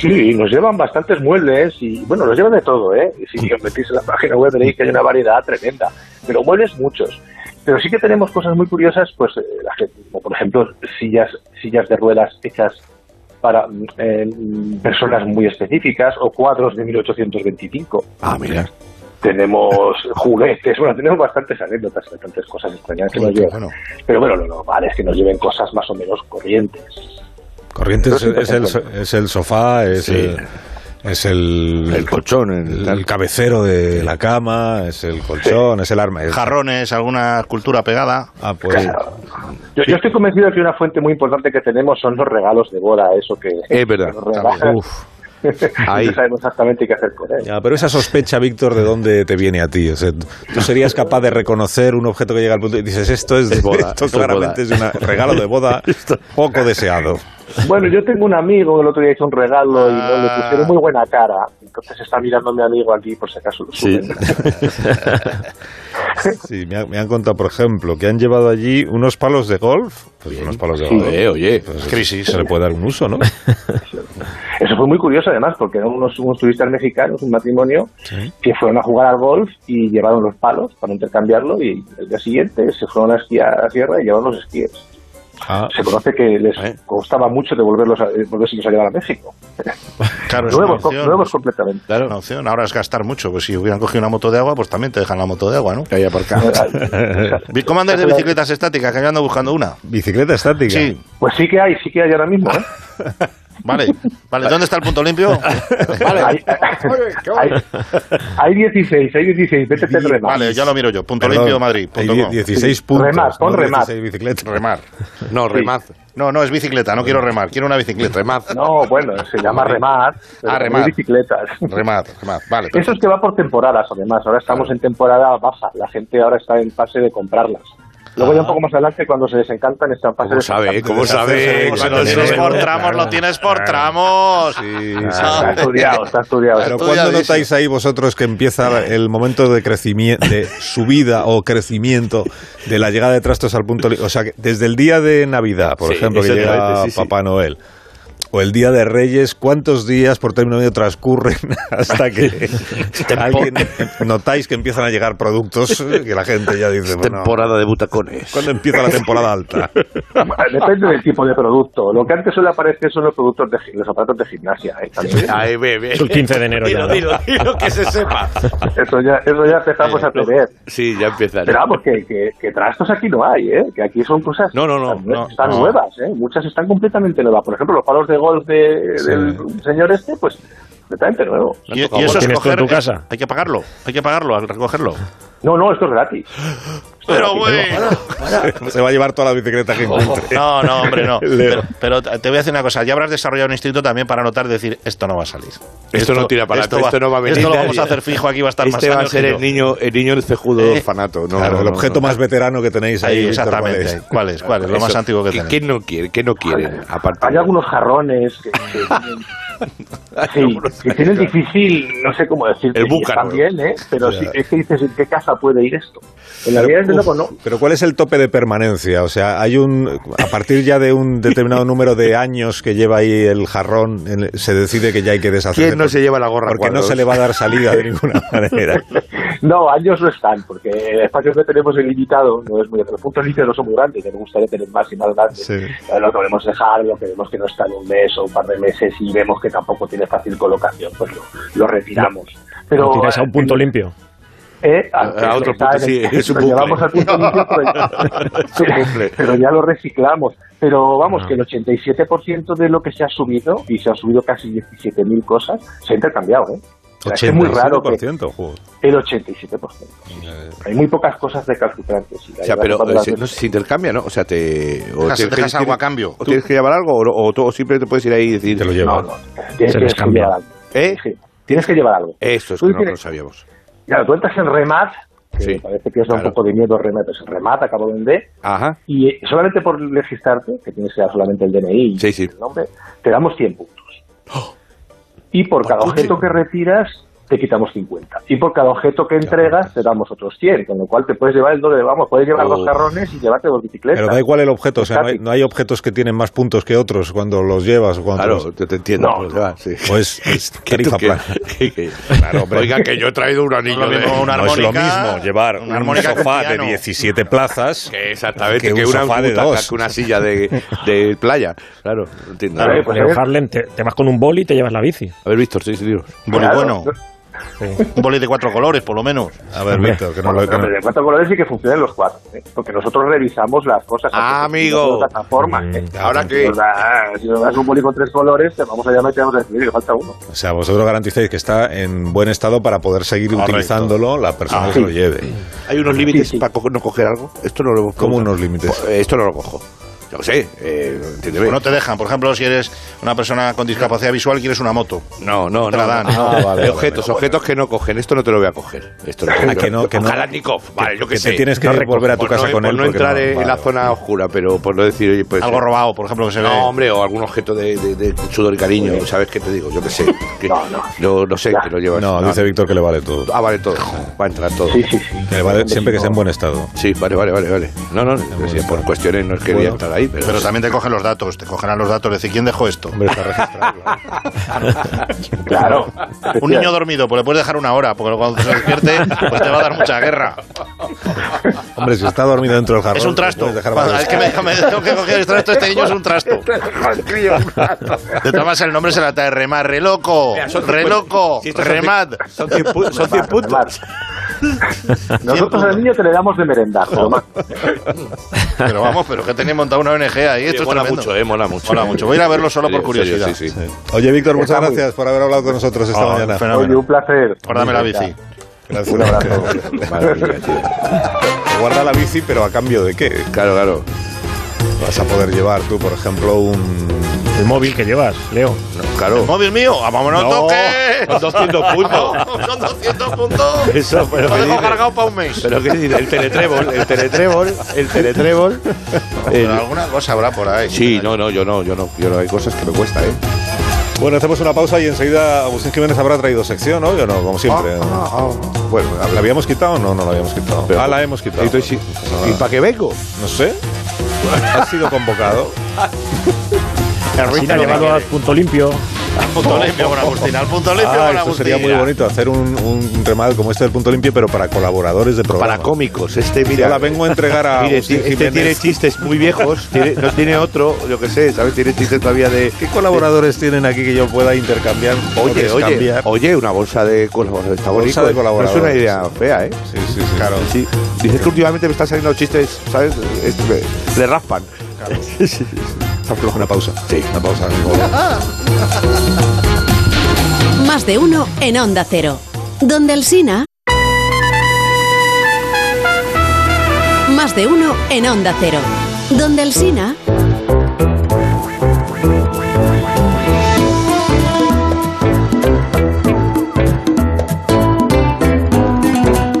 Sí, nos llevan bastantes muebles y, bueno, nos llevan de todo, ¿eh? Y Si os metís en la página web veréis que hay una variedad tremenda, pero muebles muchos. Pero sí que tenemos cosas muy curiosas, pues, eh, la gente- como por ejemplo, sillas, sillas de ruedas hechas para mm, eh, mm, personas muy específicas o cuadros de 1825.
Ah, mira.
Tenemos juguetes, bueno, tenemos bastantes anécdotas, bastantes cosas extrañas que nos llevan. Pero bueno, lo normal es que nos lleven cosas más o menos corrientes.
Corrientes
Pero
es,
es
es el, so- es el sofá, es el. Es el,
colchón,
el, cabecero de la cama, es el colchón, es el arma. es-
Jarrones, alguna escultura pegada.
Ah, pues.
Yo, yo estoy convencido de que una fuente muy importante que tenemos son los regalos de boda, eso que...
Eh,
Es verdad.
que nos regalan.
Ahí.
[laughs] No sabemos exactamente qué hacer con él.
Ya, pero esa sospecha, Víctor, ¿de dónde te viene a ti? O sea, ¿Tú serías capaz de reconocer un objeto que llega al punto y dices, esto es,
Es boda,
[laughs] esto,
esto es
claramente es
boda.
un regalo de
[laughs]
boda poco deseado?
Bueno, yo tengo un amigo que el otro día hizo un regalo y no le pusieron muy buena cara. Entonces está mirando a mi amigo aquí por si acaso lo
Sí.
suben.
Sí, me, ha- me han contado, por ejemplo, que han llevado allí unos palos de golf. Pues unos palos de golf.
Oye, oye.
Pues
Crisis.
Se le puede dar un uso, ¿no?
Eso fue muy curioso además, porque eran unos, unos turistas mexicanos, un matrimonio, que fueron a jugar al golf y llevaron los palos para intercambiarlo y el día siguiente se fueron a esquiar a la sierra y llevaron los esquíes.
Ah,
Se conoce que les
¿Eh?
costaba mucho devolverlos a, volvérselos a llevar a México.
Claro, es una
Nuevos,
opción.
nuevos completamente.
Claro. Una opción. Ahora es gastar mucho. Pues si hubieran cogido una moto de agua, pues también te dejan la moto de agua, ¿no?
Ahí
[laughs]
aparcado.
¿Cómo andas de bicicletas estáticas? Que yo ando buscando una.
bicicleta estática.
Sí.
Pues sí que hay, sí que hay ahora mismo. ¿eh?
[laughs] Vale. Vale, ¿dónde está el punto
[laughs]
limpio?
Hay, hay, hay 16, hay 16. Vete, te remas.
Vale, ya lo miro yo. Punto
Perdón,
limpio Madrid.
hay
punto com.
16 puntos.
Remar, pon
no
remar.
16 bicicletas.
[laughs]
Remar.
No, remaz.
No, no, es bicicleta. No quiero remar. Quiero una bicicleta.
Remaz.
No, bueno, se llama remar. pero
Ah,
no hay
remar.
bicicletas.
Remar, remar. Vale.
Eso es que va por temporadas, además. Ahora estamos en temporada baja. La gente ahora está en fase de comprarlas. Luego ya un poco más adelante, cuando se desencantan, están en fase
¿Cómo
de...
sabe? eh? ¿Cómo sabe?
Perfecto.
Sí,
Lo
sí,
tienes
sí,
por
sí,
tramos,
claro,
lo tienes por
claro.
tramos.
Ah,
sí,
pues
sí.
Ah.
Está estudiado, está estudiado.
Pero
Estudiadísimo.
¿cuándo notáis ahí vosotros que empieza el momento de crecimiento, de subida o crecimiento de la llegada de trastos al punto? li- O sea, que desde el día de Navidad, por
Sí,
ejemplo, que llega
exactamente, sí, sí.
Papá Noel, o el día de Reyes, ¿cuántos días por término medio transcurren [laughs] hasta
[laughs]
que alguien notáis que empiezan a llegar productos que la gente ya dice, bueno,
Temporada de butacones.
¿cuándo empieza la temporada alta?
Depende del tipo de producto. Lo que antes suele aparecer son los productos de gi- los aparatos de gimnasia. ¿eh? También.
E
Ahí ve, ve.
Es el 15 de enero ya.
Dilo, dilo, [laughs] dilo, que se sepa. Eh, pues,
Eso ya, eso ya empezamos a tener.
Sí, ya empieza.
Pero vamos, que, que, que trastos aquí no hay, ¿eh? Que aquí son cosas
No, no, no,
están, nue-
no,
están
no.
nuevas, ¿eh? Muchas están completamente nuevas. Por ejemplo, los palos de golf de- del señor este, pues completamente nuevo.
Y,
tocado
y eso
bola.
es
¿Tienes tú en
coger,
tu casa?
Hay que pagarlo. Hay que pagarlo al recogerlo.
No, no, esto es gratis.
Pero bueno.
Se va a llevar toda la bicicleta que encuentre.
No, no, hombre, [laughs] no.
Leo.
Pero, pero te voy a decir una cosa. Ya habrás desarrollado un instinto también para notar, decir, esto no va a salir.
Esto, no tira para
esto
adelante, esto no va a venir.
Esto lo vamos
nadie.
a hacer fijo, aquí va a estar más
Este va a
años
ser
que
el
yo.
niño, el niño el cejudo
Eh,
orfanato. No,
Claro,
no,
el
no,
objeto
no.
más veterano que tenéis ahí,
Ahí,
Víctor, ¿cuál
exactamente.
es?
¿Cuál es? ¿Cuál es? Lo más
Eso,
antiguo que
¿qué-
tenemos.
¿Qué no quiere? ¿Qué no quieren? Aparte.
Hay algunos jarrones
[laughs]
que, que tienen- sí, que tienen difícil, no sé cómo decirte,
El
si
búcaro.
están bien, ¿eh? Pero sí, es que dices, ¿en qué casa puede ir esto? En la vida, desde
Uf,
luego, no.
Pero ¿cuál es el tope de permanencia? O sea, hay un a partir ya de un determinado número de años que lleva ahí el jarrón, el- se decide que ya hay que deshacerse.
¿Quién no se lleva la gorra?
porque no
cuadros?
se le va a dar salida de ninguna manera.
No, años no están, porque espacios que tenemos ilimitado, no es muy los puntos líquidos no son muy grandes, que me gustaría tener más y más grandes.
Sí.
Eh, Lo queremos dejar, lo queremos que no está en un mes o un par de meses y vemos que tampoco tiene fácil colocación, pues lo, lo retiramos. Pero
Lo tiras a un punto
eh,
limpio.
eh,
A-
aunque
a
lo
otro
está
punto,
en el-
sí, es un
lo
bucle.
llevamos al punto
[laughs]
limpio, pero,
Es un bucle.
pero ya lo reciclamos. Pero vamos,
Ah.
que el 87% de lo que se ha subido, y se han subido casi 17.000 cosas, se ha intercambiado. ¿eh? O sea, es que es muy raro que
85%, jo.
el 87%. Hay muy pocas cosas recalcitrantes. y la
O sea,
verdad
pero
que cuando
eh,
las
se,
ves-
no sé, se intercambia, ¿no? O sea, te. O tienes
Dejas-
que-
dejas algo a
tienes-
cambio.
¿O tienes que llevar algo? ¿O, no- o, tú- o siempre te puedes ir ahí y decir.
Te lo lleva.
No, no, tienes
Se
que
les cambia.
llevar algo.
¿Eh?
Sí, tienes que llevar algo.
Eso es
Tú
que no, no lo
tienes-
sabíamos.
Claro, tú entras en remat, que
Sí,
me parece que os da
claro.
un poco de miedo remat,
pues,
pero es en remat, acabo de vender,
Ajá.
y eh, solamente por registrarte, que tienes que dar solamente el DNI y
Sí, sí.
¡Oh!
el nombre, te damos 100 puntos. Y por cada objeto que retiras,
te quitamos 50. Y por cada objeto que entregas te damos otros 100, con lo cual te puedes llevar el doble, de- vamos, puedes llevar
Oh.
dos carrones y llevarte dos bicicletas.
Pero da igual el objeto, o sea, no hay,
Estático.
no hay objetos que tienen más puntos que otros cuando los llevas. o Cuando
Claro,
los-
yo te entiendo.
No.
pues, ya, sí.
Pues es
Que tú
tarifa
que-
plana.
[laughs] que- que- claro, hombre. Oiga, que yo he traído un anillo
No es lo
de-
mismo una
no es lo
armónica,
mismo llevar un
armónica con
sofá de
piano.
17
[laughs]
plazas que,
Exactamente, [laughs] que,
un
una
sofá de
butaca,
dos.
que una silla de, de playa. Claro, no entiendo.
Claro, pues,
Leo
eh.
Harlem, te, te vas con un boli y te llevas la bici.
A ver, Víctor, sí, sí, digo.
Bueno,
Claro,
bueno. Un boli de cuatro colores, por lo menos.
A ver,
Hombre.
Víctor, que no
Bueno,
lo... que
pero
no-
de cuatro colores sí que funcionan los cuatro, ¿eh? porque nosotros revisamos las cosas.
Ah,
antes de
amigo. Mm,
subirlas a La plataforma, ¿eh?
Ahora
Si
que.
nos da- si nos das un boli con tres colores, te vamos allá y te vamos a decir, "Oye, falta uno.
O sea, vosotros garantizáis que está en buen estado para poder seguir
Correcto.
utilizándolo la persona
Ah,
que lo lleve.
¿Hay unos límites
sí.
para co- no coger algo? Esto no lo hemos
¿Cómo
preguntado.
unos límites?
Po- eh, Esto no lo cojo. Yo lo sé, eh, entiéndeme.
Pues no te dejan. Por ejemplo, si eres una persona con discapacidad visual, quieres una moto.
No, no,
Te
no.
la dan.
no.
Ah, vale, vale,
objetos, objetos que no cogen. Esto no te lo voy a coger. Esto no te lo
Ah, que no, que no.
Kalashnikov, vale, yo
que
que,
te
sé.
tienes que
No
volver a tu
por
casa
no,
con
por
él
no
porque
entrar
no-
en
vale.
la zona oscura, pero por no decir, oye, pues.
Algo
eh,
robado, por ejemplo, que se ve.
No, hombre, o algún objeto de, de- de sudor y cariño, ¿sabes qué te digo? Yo qué sé. Que-
No, no.
Yo no sé
Ya.
que lo llevas.
No,
Ah,
dice Víctor que le vale todo.
Ah, vale, todo. Va a entrar todo.
Sí, sí, sí.
Que le vale siempre que esté en buen estado.
Sí, vale, vale, vale, vale. No, no, sí, por cuestiones no quería
Bueno.
estar ahí, pero,
Pero también te cogen los datos, te cogerán los datos, decir, ¿quién dejó esto?
Hombre, está registrado.
Claro.
Un niño dormido, pues le puedes dejar una hora, porque cuando se despierte, pues te va a dar mucha guerra.
[laughs] Hombre, si está dormido dentro del jarrón...
Es un trasto.
lo puedes dejar
Cuando-
varios
es que me, me tengo que coger el trasto, este niño es un trasto. De todas maneras, el nombre se la trae Remar, reloco,
Mira, son
reloco,
50. Si esto es
remad.
Son 100, pu- son 100 puntos.
Nosotros al niño te le damos de merendar, pero más.
Pero vamos, pero que tenéis montada una ONG ahí, esto
Oye,
es
mola
tremendo.
mucho, eh, mola mucho.
Mola mucho. Voy a ir a verlo solo
Sí,
por
sí,
curiosidad.
Sí, sí, sí.
Oye, Víctor, muchas
Está muy-
gracias por haber hablado con nosotros esta
Ah,
mañana.
Oye,
Fenómeno.
un placer.
Guárdame la bici.
Gracias.
Un
[laughs]
abrazo.
Madre mía, tío.
Guarda la bici, pero a cambio de qué?
Claro, claro.
Vas a poder llevar tú, por ejemplo, un...
El móvil que llevas, Leo.
No, claro.
¿Móvil mío? ¡Ah, vámonos
No,
toque!
son 200 puntos.
[laughs] Son 200 puntos.
[laughs] Eso, pero
Lo
que
dejo
dices.
cargado para un mes.
Pero qué decir, el teletrébol, el teletrébol,
[laughs]
el teletrébol.
Eh,
Pero
el-
alguna cosa habrá por ahí.
Sí, no, no, yo no, yo no, yo no, hay cosas que me cuesta, ¿eh?
Bueno, hacemos una pausa y enseguida Agustín Jiménez habrá traído sección, ¿no? Yo no, como siempre.
Bueno, a
¿La
ver,
habíamos quitado? No, no la habíamos quitado.
Pero-
ah, la hemos quitado. Ah,
¿y, tú- sí- ¿y para qué vengo?
No sé. Has sido convocado.
Así la llevarlo al punto limpio.
Al punto limpio con Agustín. Al punto limpio
Ah,
con
esto
Agustín.
sería muy bonito, hacer un, un remal como este del Punto Limpio, pero para colaboradores de programa.
Para cómicos, este,
Yo
mira.
la vengo a entregar a
[laughs] Mire,
Agustín
ti- este tiene
Jiménez.
chistes muy viejos, tiene- no tiene otro, yo qué sé, ¿sabes? Tiene chistes todavía de...
¿Qué colaboradores tienen aquí que yo pueda intercambiar? o
Oye, oye,
descambiar?
oye, una bolsa de colaboradores, está
Bolsa de
bonito. ¿eh? No es una
colaboradores,
idea fea, ¿eh?
Sí, sí, sí. Claro.
Sí. Dices que últimamente me están saliendo chistes, ¿sabes? Es- me- le raspan. [laughs] Sí, sí, sí.
Una pausa. Sí. Una pausa.
Más de uno en Onda Cero. Donde Alsina. Más de uno en Onda Cero. Donde Alsina.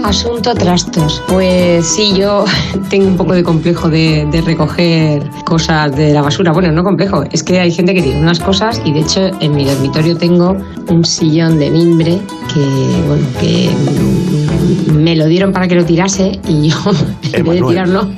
Asunto trastos. Pues sí, yo [laughs] tengo un poco de complejo de, de recoger cosas de la basura. Bueno, no complejo, es que hay gente que tiene unas cosas y de hecho en mi dormitorio tengo un sillón de mimbre que, bueno, que mm, me lo dieron para que lo tirase y [laughs] yo en vez de
Emanuel.
tirarlo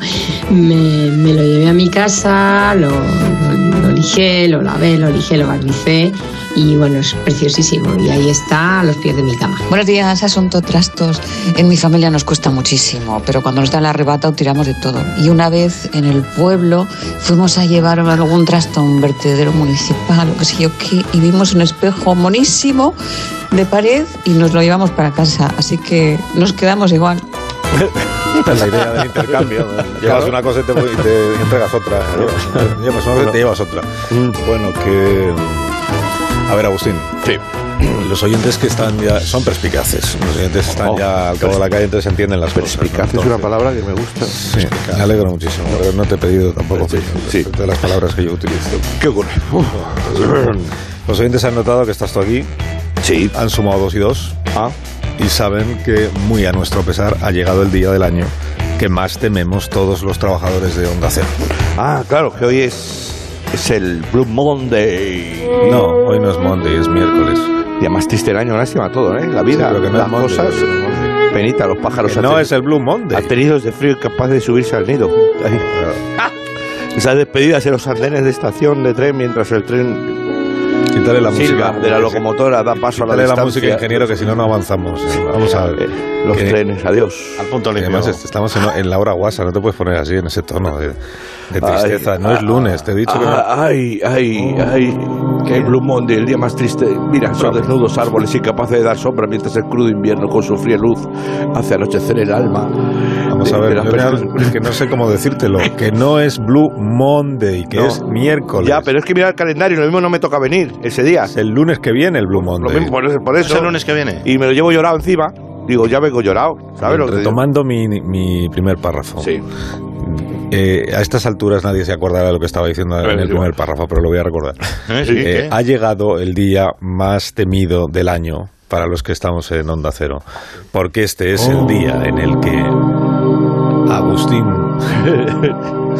me, me lo llevé a mi casa, lo, lo- lo lijé, lo lavé, lo lijé, lo barnicé y bueno, es preciosísimo y ahí está a los pies de mi cama.
Buenos días, asunto trastos. En mi familia nos cuesta muchísimo, pero cuando nos da el arrebato tiramos de todo. Y una vez en el pueblo fuimos a llevar algún trasto a un vertedero municipal, o qué sé yo qué, y vimos un espejo monísimo de pared y nos lo llevamos para casa. Así que nos quedamos igual.
Esta es la idea del intercambio.
[laughs]
¿no? Llevas una cosa y te, y te entregas otra. [laughs] Llevas una cosa y te llevas otra. Bueno, que. A ver, Agustín. Sí. [clears throat] Los oyentes que están ya. Son perspicaces. Los oyentes están ya al cabo de la calle, entonces entienden las cosas. ¿no?
Perspicaz es Oh, una
Entonces,
palabra que me gusta.
Sí, me alegro muchísimo. Pero no te he pedido tampoco
Sí,
opinión
sí.
respecto de las palabras que yo utilizo.
[laughs] ¿Qué ocurre?
Los oyentes han notado que estás tú aquí,
Sí.
han sumado dos y dos
Ah,
y saben que, muy a nuestro pesar, ha llegado el día del año que más tememos todos los trabajadores de Onda Cero.
ah, claro, que hoy es Es el Blue Monday.
No, hoy no es Monday, es miércoles.
Y además triste el año, lástima todo, ¿eh? La
Sí,
vida,
pero que no
las
es Monday,
cosas.
pero no
Penita, los pájaros.
Que no es el Blue Monday.
Atenidos de frío y capaces de subirse al nido. Ahí. Esas despedidas en los andenes de estación de tren mientras el tren
Quítale la
silba
música.
de la locomotora da paso a la
Quítale la,
distancia.
música, ingeniero, que si no, no avanzamos. Vamos a ver.
eh, los
Que-
trenes, adiós.
Al punto Además, est- estamos en, en la hora guasa, no te puedes poner así, en ese tono de, de
Ay,
tristeza. no es lunes, te he dicho que no.
Ah, Ay, ay, ay. Que hay Blue Monday, el día más triste. Mira, son desnudos árboles incapaces de dar sombra mientras el crudo invierno con su fría luz hace anochecer el alma.
Vamos a
de- de
ver,
las
yo
personas.
real- que no sé cómo decírtelo, que no es Blue Monday, que
No.
es miércoles.
Ya, pero es que mira el calendario, lo mismo no me toca venir ese día.
Es el lunes que viene el Blue Monday.
Lo mismo, por, eso- por eso.
el lunes que viene.
Y me lo llevo llorado encima. Digo, ya vengo llorado. ¿Sabes lo que te digo?
Retomando mi, mi primer párrafo. Eh, a estas alturas nadie se acordará de lo que estaba diciendo en
Claro,
el
sí.
primer párrafo, pero lo voy a recordar.
Eh, sí,
Eh,
¿qué?
ha llegado el día más temido del año para los que estamos en Onda Cero, porque este es el
Oh.
día en el que Agustín... [laughs]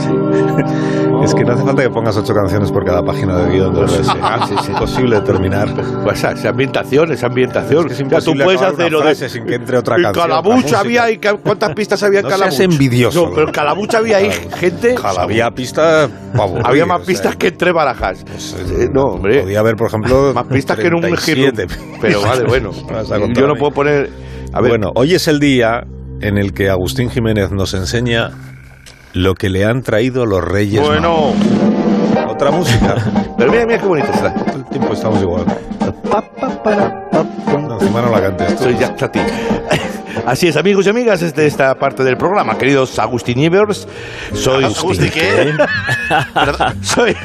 es que no hace falta que pongas ocho canciones por cada página de guión de
Sí,
RS.
ah, sí,
Es imposible terminar.
Pues esa, esa ambientación, esa ambientación. ya tú
imposible
puedes
acabar una
hacer lo de.
frase sin que entre otra
Y
canción, otra
Calabuch
música.
había y ca- cuántas pistas había en
No
Calabuch.
seas envidioso.
No, pero en Calabuch había
[laughs]
ahí gente.
Había pistas... pa' aburrir,
Había
o
más
sea, Pues,
pistas que entre barajas. Eh, no, hombre.
Podía haber, por ejemplo,
Más pistas que en un
37.
hip-hop. Pero vale, bueno.
[laughs] Vas a contar
Yo
a
no
mí.
puedo poner. A ver.
Bueno, hoy es el día en el que Agustín Jiménez nos enseña lo que le han traído los Reyes
Bueno.
Magos. Otra música.
Pero mira, mira qué bonito está.
Todo el tiempo estamos igual. No, encima no la cantes tú.
Soy Jack Tati. [laughs] Así es, amigos y amigas, este, esta parte del programa. Queridos Agustín Nievers, soy...
Agustín, ¿qué?
[laughs]
Perdón.
Soy...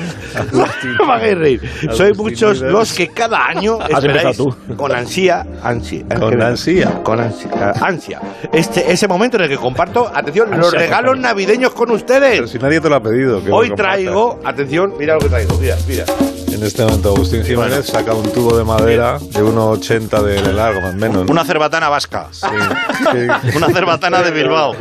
No [laughs] me hagáis reír. Soy muchos los que cada año esperáis
empezado
con ansia... ansia
Con ansia.
Con ansia. eh, ansia. Este, ese momento en el que comparto, atención,
Ansia,
los
por
regalos
favor.
navideños con
Pero
ustedes.
si nadie te lo ha pedido. que
Hoy
lo compartas.
traigo, atención, mira lo que traigo, mira, mira.
En este momento Agustín Jiménez saca un tubo de madera de 1,80 de largo, más o menos. ¿no?
Una cerbatana vasca.
¿Qué,
Una cerbatana de Bilbao.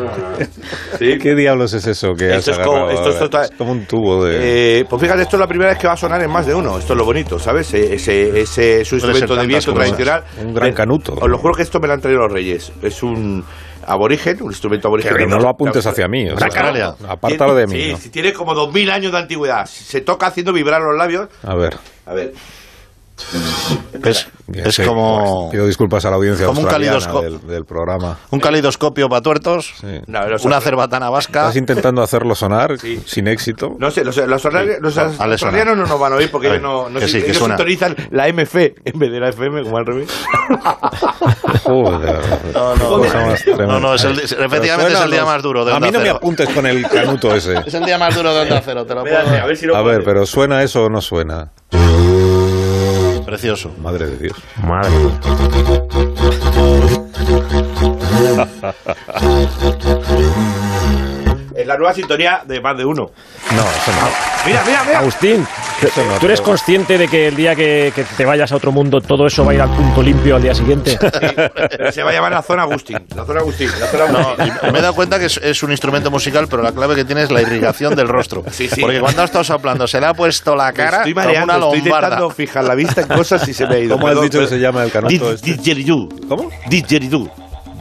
qué- qué diablos es eso que has
Esto es como-
agarrado
esto es
ahora?
total-
Es como un tubo de...
Eh, pues fíjate, esto es la primera vez que va a sonar en más de uno. Esto es lo bonito, ¿sabes? E- Ese, ese es un
Puede
instrumento
ser
de
tantas
viento
cosas.
tradicional.
Un gran
Eh,
canuto.
Os lo juro que esto me lo han traído los reyes. Es un aborigen, un instrumento aborigen.
Que no lo apuntes hacia mí. o sea,
Sacalia.
apártalo de mí.
Sí,
¿no?
sí, tiene como 2000 años de antigüedad. Se toca haciendo vibrar los labios.
A ver.
A ver.
Es, Pues, es
Sí,
como
Pido disculpas a la audiencia
como un
australiana
calidosco-
del, del programa.
un caleidoscopio para tuertos,
Sí.
No, los-
una cerbatana vasca.
Estás intentando hacerlo sonar sin éxito.
No sé, los, los, australianos- los
Ah, les suena.
australianos no nos van a oír porque
A ver,
ellos no, no
que
sin-
sí, que
ellos
suena.
sintonizan la MF en vez de la FM, como al revés.
Joder.
No, no.
Cosa más tremenda.
No, no, es el- es- efectivamente
Pero suena
es el día
los-
más duro de
A
Onda
mí no me
Cero.
apuntes con el canuto
[laughs]
ese.
Es el día más duro de Onda Cero, te lo puedo
Espérate, a
decir.
ver si lo
A ver,
pones.
pero ¿suena eso o no suena?
Precioso.
Madre de Dios.
Madre mía.
Es la nueva sintonía de más de uno.
No, eso no.
Mira, mira, mira.
Agustín,
Eso no,
¿tú eres
pero-
consciente de que el día que, que te vayas a otro mundo todo eso va a ir al punto limpio al día siguiente?
Se va a llamar la zona Agustín. La zona Agustín. La zona
No,
Agustín.
y me he dado cuenta que es, es un instrumento musical, pero la clave que tiene es la irrigación del rostro.
Sí, sí.
Porque cuando ha estado soplando, se le ha puesto la cara
estoy
como
mareando,
una
estoy
lombarda.
intentando fijar la vista en cosas y se me ha ido.
¿Cómo has
Perdón,
dicho que se
perdón.
llama el canuto
Di-
este?
Didgeridoo.
¿Cómo?
Didgeridoo.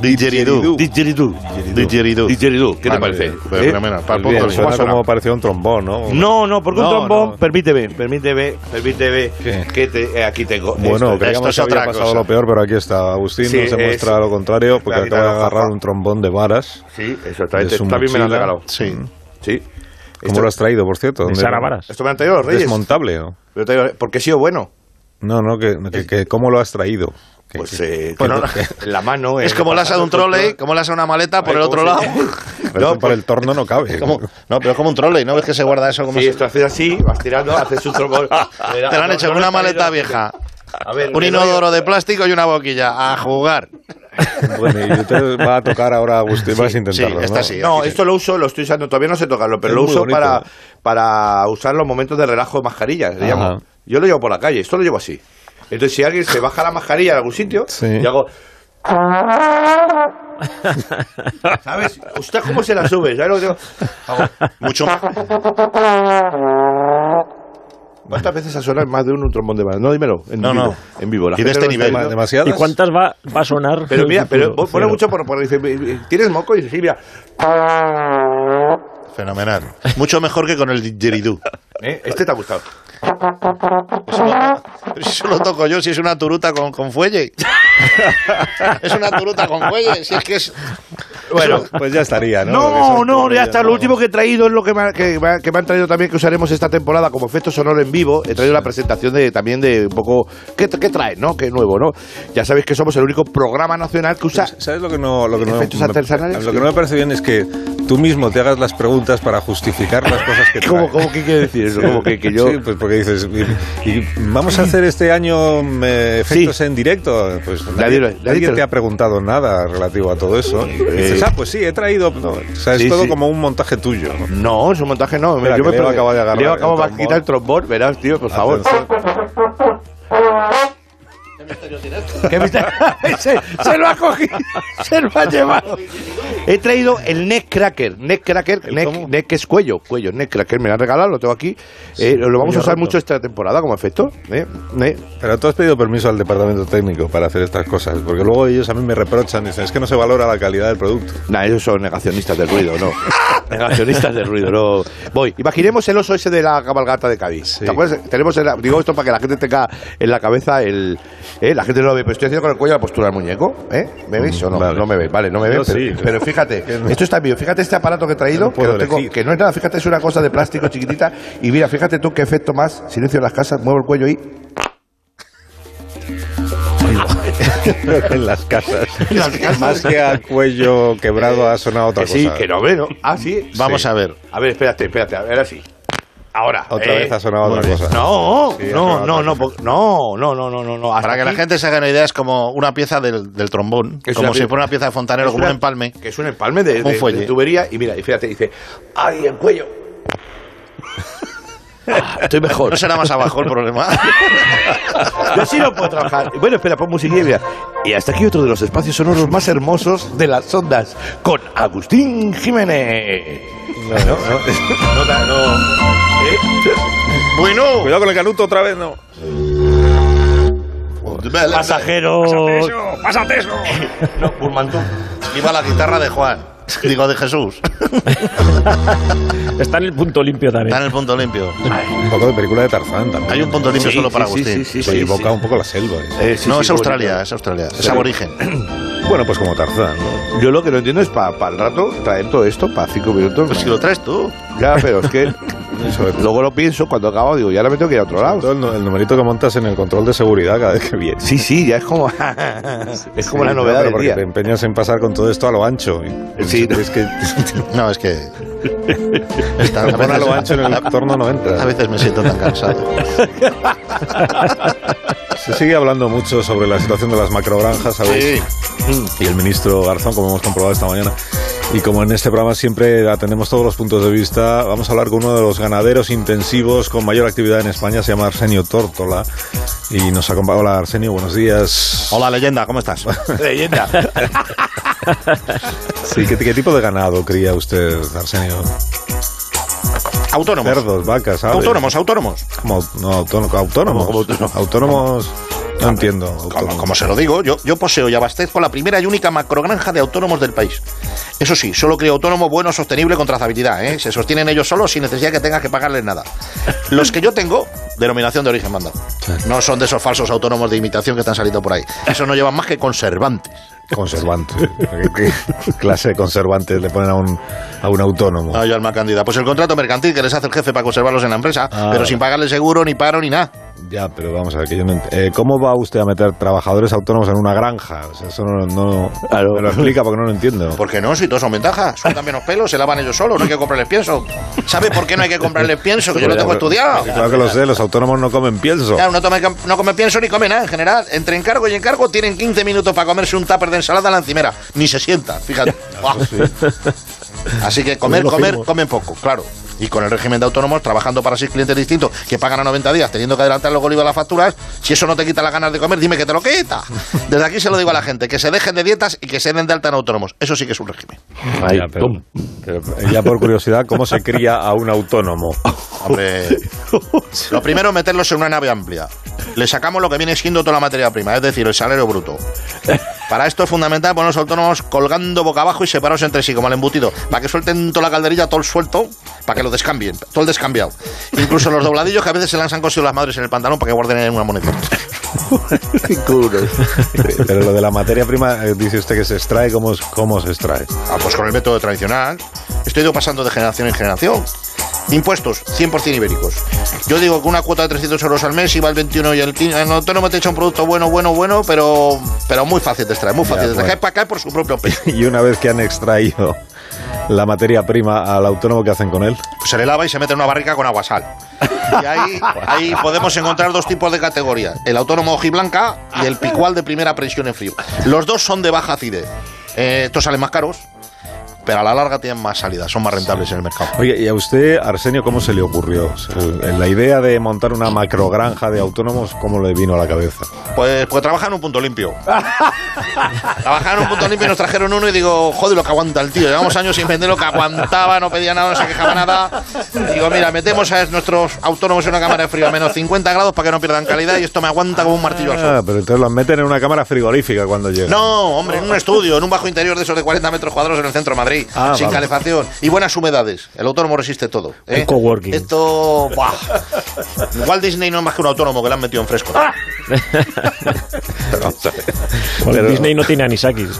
Didgeridoo.
Didgeridoo.
Didgeridoo.
Didgeridoo. ¿Qué te
Vale,
parece?
pero
¿Eh?
fenomenal, para
Bien,
el punto de
¿cómo ha
Suena
sonado?
como parecía un trombón, ¿no?
No, no, porque
No,
un trombón,
no.
permíteme, permíteme, permíteme
¿Qué?
que te, eh, aquí tengo.
Bueno,
esto.
creíamos
es
que había
otra
pasado
cosa.
lo peor, pero aquí está. Agustín
Sí,
no se
es-
muestra lo contrario porque acaba
La
de
guitarra,
agarrar
papá.
un trombón de varas.
Sí, exactamente.
de su
También me lo han
mochila.
regalado.
Sí.
Sí.
¿Cómo lo has traído, por cierto? ¿Dónde
[laughs] Sara
era?
Varas.
Esto me lo han traído los Reyes.
¿Desmontable? ¿no?
Me lo han traído- Porque he sido bueno.
No, no, que, que- que ¿cómo lo has traído? Que-
Pues
que-
eh,
que-
bueno,
que-
en la mano.
Es
en
como
el
la asa de un
pasado,
trolley, como la asa de una maleta por
Ay,
el otro
¿cómo
lado. pues,
se
[laughs]
pero
no,
eso por el torno no cabe. [laughs]
Como- No, pero es como un trolley, ¿no ves que se guarda eso como
Sí, Ah,
si-
esto haces así, vas tirando, haces un trombón.
[laughs] Te lo han hecho con una maleta vieja.
A ver,
Un
me
inodoro
doy-
de plástico y una boquilla. A jugar.
Bueno, y te va a tocar ahora Agustín, vas a intentarlo.
sí,
¿no?
está así.
No, esto lo uso, lo estoy usando, todavía no sé tocarlo, pero
Es
lo
muy
uso
bonito.
para, para usar los momentos de relajo de mascarillas, le
Ajá.
llamo. Yo lo llevo por la calle, esto lo llevo así. Entonces, si alguien se baja la mascarilla en algún sitio,
Sí.
yo hago. ¿Sabes? ¿Usted
[laughs]
cómo se la sube? ¿Sabes lo que digo? Hago-
Mucho,
¿Cuántas veces ha sonado más de un, un trombón de mano? No, dímelo. En
No,
vivo,
no.
En vivo. La
Y de
gente
este
no está
nivel,
viendo.
demasiadas.
[laughs] ¿Y cuántas va, va a sonar?
Pero mira, pero
Cero.
pone mucho por, por dice, ¿tienes moco? Y dice, sí, mira.
Fenomenal. Mucho mejor que con el didgeridoo.
¿Eh? Este te ha gustado.
Eso lo toco yo si es una turuta con, con [laughs] fuelle. es una turuta con fuelle. Si es que es.
Bueno, pues ya estaría, ¿no? Porque
No,
son
no,
tonterías,
ya está. Lo último que he traído es lo que me, ha- que, me ha- que me han traído también, que usaremos esta temporada como efecto sonoro en vivo. He traído la presentación de también de un poco. ¿Qué, qué traen, no? Qué nuevo, ¿no? Ya sabéis que somos el único programa nacional que usa.
¿Sabes lo que no, lo que no,
Efectos
me-
artesanales,
lo
sí.
que no me parece bien es que tú mismo te hagas las preguntas para justificar las cosas
[laughs]
que
¿Cómo,
traes.
cómo que quiere decir eso? ¿Cómo que, que yo.?
Sí, pues porque dices, y- y vamos a hacer este año mm, eh, efectos en directo. Pues nadie,
Nadie- nadie
nadie
te-
te ha preguntado nada relativo a todo eso. Y dices,
Eh.
ah, pues sí, he traído. No, o sea, es
Sí,
todo
sí.
como un montaje tuyo.
No, es un montaje, no.
Espera,
yo
que
me
Leo acaba de agarrar
Leo acaba
el
de
trombón.
quitar el trombón. Verás, tío, por favor. [laughs] ¿Qué me está- [laughs] se, se lo ha cogido, [laughs] se lo ha llevado. He traído el neck cracker, neck cracker, neck, neck es cuello, cuello, neck cracker. Me lo han regalado, lo tengo aquí. Eh, lo vamos a
cuello
usar
roto.
mucho esta temporada como efecto. ¿eh? ¿eh?
Pero tú has pedido permiso al departamento técnico para hacer estas cosas, porque luego ellos a mí me reprochan y dicen, es que no se valora la calidad del producto.
Nah, ellos son negacionistas del ruido, no. Negacionistas del ruido, no. Voy, imaginemos el oso ese de la cabalgata de Cádiz. ¿Te acuerdas? Tenemos el- digo esto para que la gente tenga en la cabeza el. ¿eh? La gente no lo ve, pero estoy haciendo con el cuello la postura del muñeco. ¿eh? ¿Me veis o no? No me veis, vale, no me
Mm, Yo
veis. Pero,
sí.
pero fíjate, esto está mío. Fíjate este aparato que he traído,
No puedo
que, lo tengo-
elegir.
que no es nada. Fíjate, es una cosa de plástico chiquitita. Y mira, fíjate tú qué efecto más. Silencio en las casas, muevo el cuello y.
[laughs] en las casas. Más que a cuello quebrado ha sonado otra
Que sí,
cosa.
que no, hombre, ¿no? Ah, sí.
Vamos
Sí.
a ver.
A ver, espérate, espérate, a ver así. Ahora.
Otra
eh.
vez ha sonado otra cosa.
No,
Sí, ha
no,
sonado
no,
otra
no, po- no, no, no, no, no, no. hasta
Para que la
aquí
gente se haga una idea, es como una pieza del, del trombón.
Es
como
una
si
pie-
fuera una pieza de fontanero,
es
como
una-
un empalme.
Que es un empalme de,
Como un
de-
fuelle.
de tubería y mira, y fíjate, dice, ¡ay, el cuello! Ah, estoy mejor.
No será más abajo el problema.
Yo sí no puedo trabajar. Bueno, espera, pon musiquilla. y mira. Y hasta aquí otro de los espacios sonoros más hermosos de las ondas con Agustín Jiménez. No, no, no. no, no. ¿Eh?
bueno,
Cuidado con el canuto otra vez, no.
vale,
Pasajeros.
¡Pásate eso!
No, Burmantón.
viva la guitarra de Juan. Digo, de Jesús.
Está en el punto limpio también.
Está en el punto limpio.
Un poco de película de Tarzán también.
Hay un punto limpio solo para Agustín.
Se evoca un poco la selva. ¿eh?
Eh, sí,
no,
sí,
es
bonito.
Australia, es Australia. Es
Sí.
aborigen.
Bueno, pues como Tarzán. ¿no?
Yo lo que no entiendo es para el rato traer todo esto, para cinco minutos.
Pues si lo traes tú.
Ya, pero es que luego lo pienso, cuando acabo digo, ya ahora me tengo que ir a otro lado.
Todo el, nu- el numerito que montas en el control de seguridad cada vez que vienes.
Sí, sí, ya es como, [laughs] es como la
Sí,
novedad
pero
del
porque
día.
te empeñas en pasar con todo esto a lo ancho. Y-
Sí.
es que
No, es que. Está,
te pone a lo ancho en el entorno no
a
entra.
veces me siento tan cansado.
Se sigue hablando mucho sobre la situación de las macrogranjas, ¿sabéis? Y el ministro Garzón, como hemos comprobado esta mañana. Y como en este programa siempre atendemos todos los puntos de vista, vamos a hablar con uno de los ganaderos intensivos con mayor actividad en España, se llama Arsenio Tórtola. Y nos acompaña. Hola Arsenio, buenos días.
Hola, leyenda, ¿cómo estás?
[laughs] Leyenda.
Sí, ¿qué, qué tipo de ganado cría usted, Arsenio?
Autónomos.
Cerdos, vacas, aves.
Autónomos, autónomos.
Como, no, autónomo- autónomos.
¿Cómo, cómo autónomo?
Autónomos. No entiendo.
Como,
autónomos.
como se lo digo, yo, yo poseo y abastezco la primera y única macrogranja de autónomos del país. Eso sí, solo creo autónomo bueno, sostenible con trazabilidad. ¿eh? Se sostienen ellos solos sin necesidad que tengas que pagarles nada. Los que yo tengo, denominación de origen mandado. No son de esos falsos autónomos de imitación que están saliendo por ahí.
Ah.
Eso no llevan más que conservantes.
Conservantes. ¿Qué, qué clase de conservantes le ponen a un, a un autónomo?
No, yo alma cándida. Pues el contrato mercantil que les hace el jefe para conservarlos en la empresa,
Ah.
pero sin pagarle seguro, ni paro, ni nada.
Ya, pero vamos a ver, que yo no ent- eh, ¿Cómo va usted a meter trabajadores autónomos en una granja? O sea, eso no, no-
Claro.
me lo explica porque no lo entiendo.
¿Por qué no? Si todos son
[laughs]
ventajas. Sueltan menos pelos, se lavan ellos solos, no hay que comprarles pienso. ¿Sabe por qué no hay que comprarles pienso? Que yo
[laughs]
lo tengo estudiado.
Claro que lo sé, los autónomos no comen pienso.
Claro, no, toma- no come pienso ni come nada en general. Entre encargo y encargo tienen 15 minutos para comerse un tupper de ensalada a la encimera.
[laughs]
Ni se sientan, fíjate. Buah. Así que comer,
Pues lo
comer,
firmo.
comen poco, claro. y con el régimen de autónomos trabajando para seis clientes distintos que pagan a 90 días teniendo que adelantar los olivos a las facturas, si eso no te quita las ganas de comer, dime que te lo
[laughs]
quita. Desde aquí se lo digo a la gente, que se dejen de dietas y que se den de alta en autónomos. Eso sí que es un régimen.
Ay, ya, pero- pero Eh, ya por curiosidad, ¿cómo se cría a un
[laughs]
autónomo?
Hombre, lo primero es meterlos en una nave amplia. Le sacamos lo que viene siendo toda la materia prima, es decir, el salario bruto. Para esto es fundamental poner los autónomos colgando boca abajo y separados entre sí, como el embutido, para que suelten toda la calderilla, todo el suelto, para que lo descambien, todo el descambiado. Incluso los dobladillos que a veces se las han cosido las madres en el pantalón para que guarden en una moneda.
Pero lo de la materia prima, eh, dice usted que se extrae, ¿cómo, es- cómo se extrae?
Ah, pues con el método tradicional. Esto ha ido pasando de generación en generación. Impuestos, 100% ibéricos. Yo digo que una cuota de 300 euros al mes iba el 21 y el 15. El autónomo te echa un producto bueno, bueno, bueno, pero, pero muy fácil de extraer, muy fácil de
bueno.
extraer. Para acá por su propio peso.
Y una vez que han extraído la materia prima al autónomo, ¿qué hacen con él?
Pues se le lava y se mete en una barrica con agua sal. Y ahí, ahí podemos encontrar dos tipos de categorías: el autónomo ojiblanca y el picual de primera presión en frío. Los dos son de baja acidez. Eh, estos salen más caros, pero a la larga tienen más salida, son más rentables en el mercado.
Oye, ¿y a usted, Arsenio, cómo se le ocurrió? O sea, el- La idea de montar una macrogranja de autónomos, ¿cómo le vino a la cabeza?
Pues, pues trabajan en un
[laughs]
punto limpio. trabajaban en un punto limpio y nos trajeron uno y digo, joder, lo que aguanta el tío. Llevamos años sin vender lo que aguantaba, no pedía nada, no se quejaba nada. Digo, mira, metemos a nuestros autónomos en una cámara de frío a menos 50 grados para que no pierdan calidad y esto me aguanta como un martillo al sol.
Ah, pero entonces los meten en una cámara frigorífica cuando llegan.
No, hombre, en un estudio, en un bajo interior de esos de 40 metros cuadrados en el centro de Madrid,
Ah,
sin
vale.
calefacción y buenas humedades. El autónomo resiste todo. ¿eh?
Un coworking.
Esto, buah. Walt Disney no es más que un autónomo que le han metido en fresco.
Ah.
Walt
[laughs] Pero-
Disney no tiene anisakis.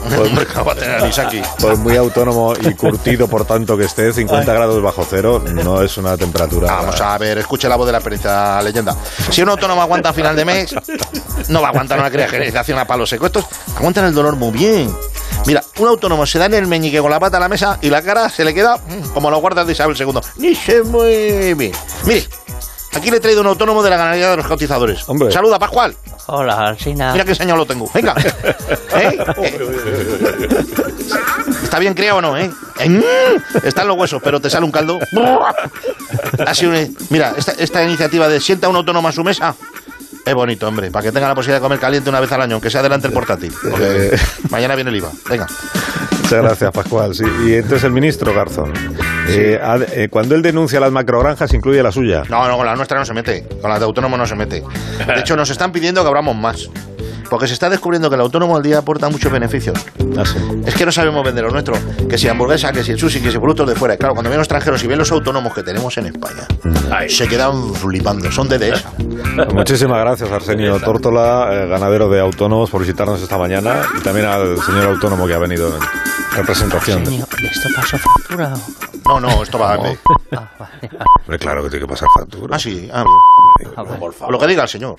[laughs] Hombre, ¿cómo va a tener anisaki?
Por muy autónomo y curtido, por tanto, que esté 50 grados bajo cero, no es una temperatura.
Vamos a ver, escuche la voz de la experiencia leyenda. Si un autónomo aguanta a final de mes, no va a aguantar una generación a palo seco. Estos aguantan el dolor muy bien. Mira, un autónomo se da en el meñique con la pata a la mesa y la cara se le queda mm, como los guardas de Isabel II. Ni se mueve. Mire, aquí le he traído un autónomo de la ganadería de los cotizadores. Saluda, Pascual.
Hola, Alcina.
Mira qué señal lo tengo. Venga. ¿Eh? Está bien criado o no, ¿eh? Mm, Están los huesos, pero te sale un caldo. Ha sido una- mira, esta, esta iniciativa de sienta un autónomo a su mesa. Es bonito, hombre, para que tenga la posibilidad de comer caliente una vez al año, aunque sea delante el portátil. Porque mañana viene el IVA. Venga.
Muchas gracias, Pascual. Sí, y entonces el ministro Garzón, eh, ha- eh, cuando él denuncia las macrogranjas, incluye la suya.
No, no, con la nuestra no se mete. Con la de autónomo no se mete. De hecho, nos están pidiendo que abramos más. Porque se está descubriendo que el autónomo al día aporta muchos beneficios.
Ah,
Es que no sabemos vender lo nuestro. Que si hamburguesa, que si el sushi, que si productos de fuera. Y Claro, cuando vienen los extranjeros y ven los autónomos que tenemos en España, se quedan flipando. Son de esa.
Pues Muchísimas gracias, Arsenio Tórtola, eh, ganadero de autónomos, por visitarnos esta mañana y también al señor autónomo que ha venido en representación.
¿Esto pasó factura?
No, no, esto va a
Hombre, claro que tiene que pasar factura.
Ah, sí, ah, bien. Lo que diga el señor.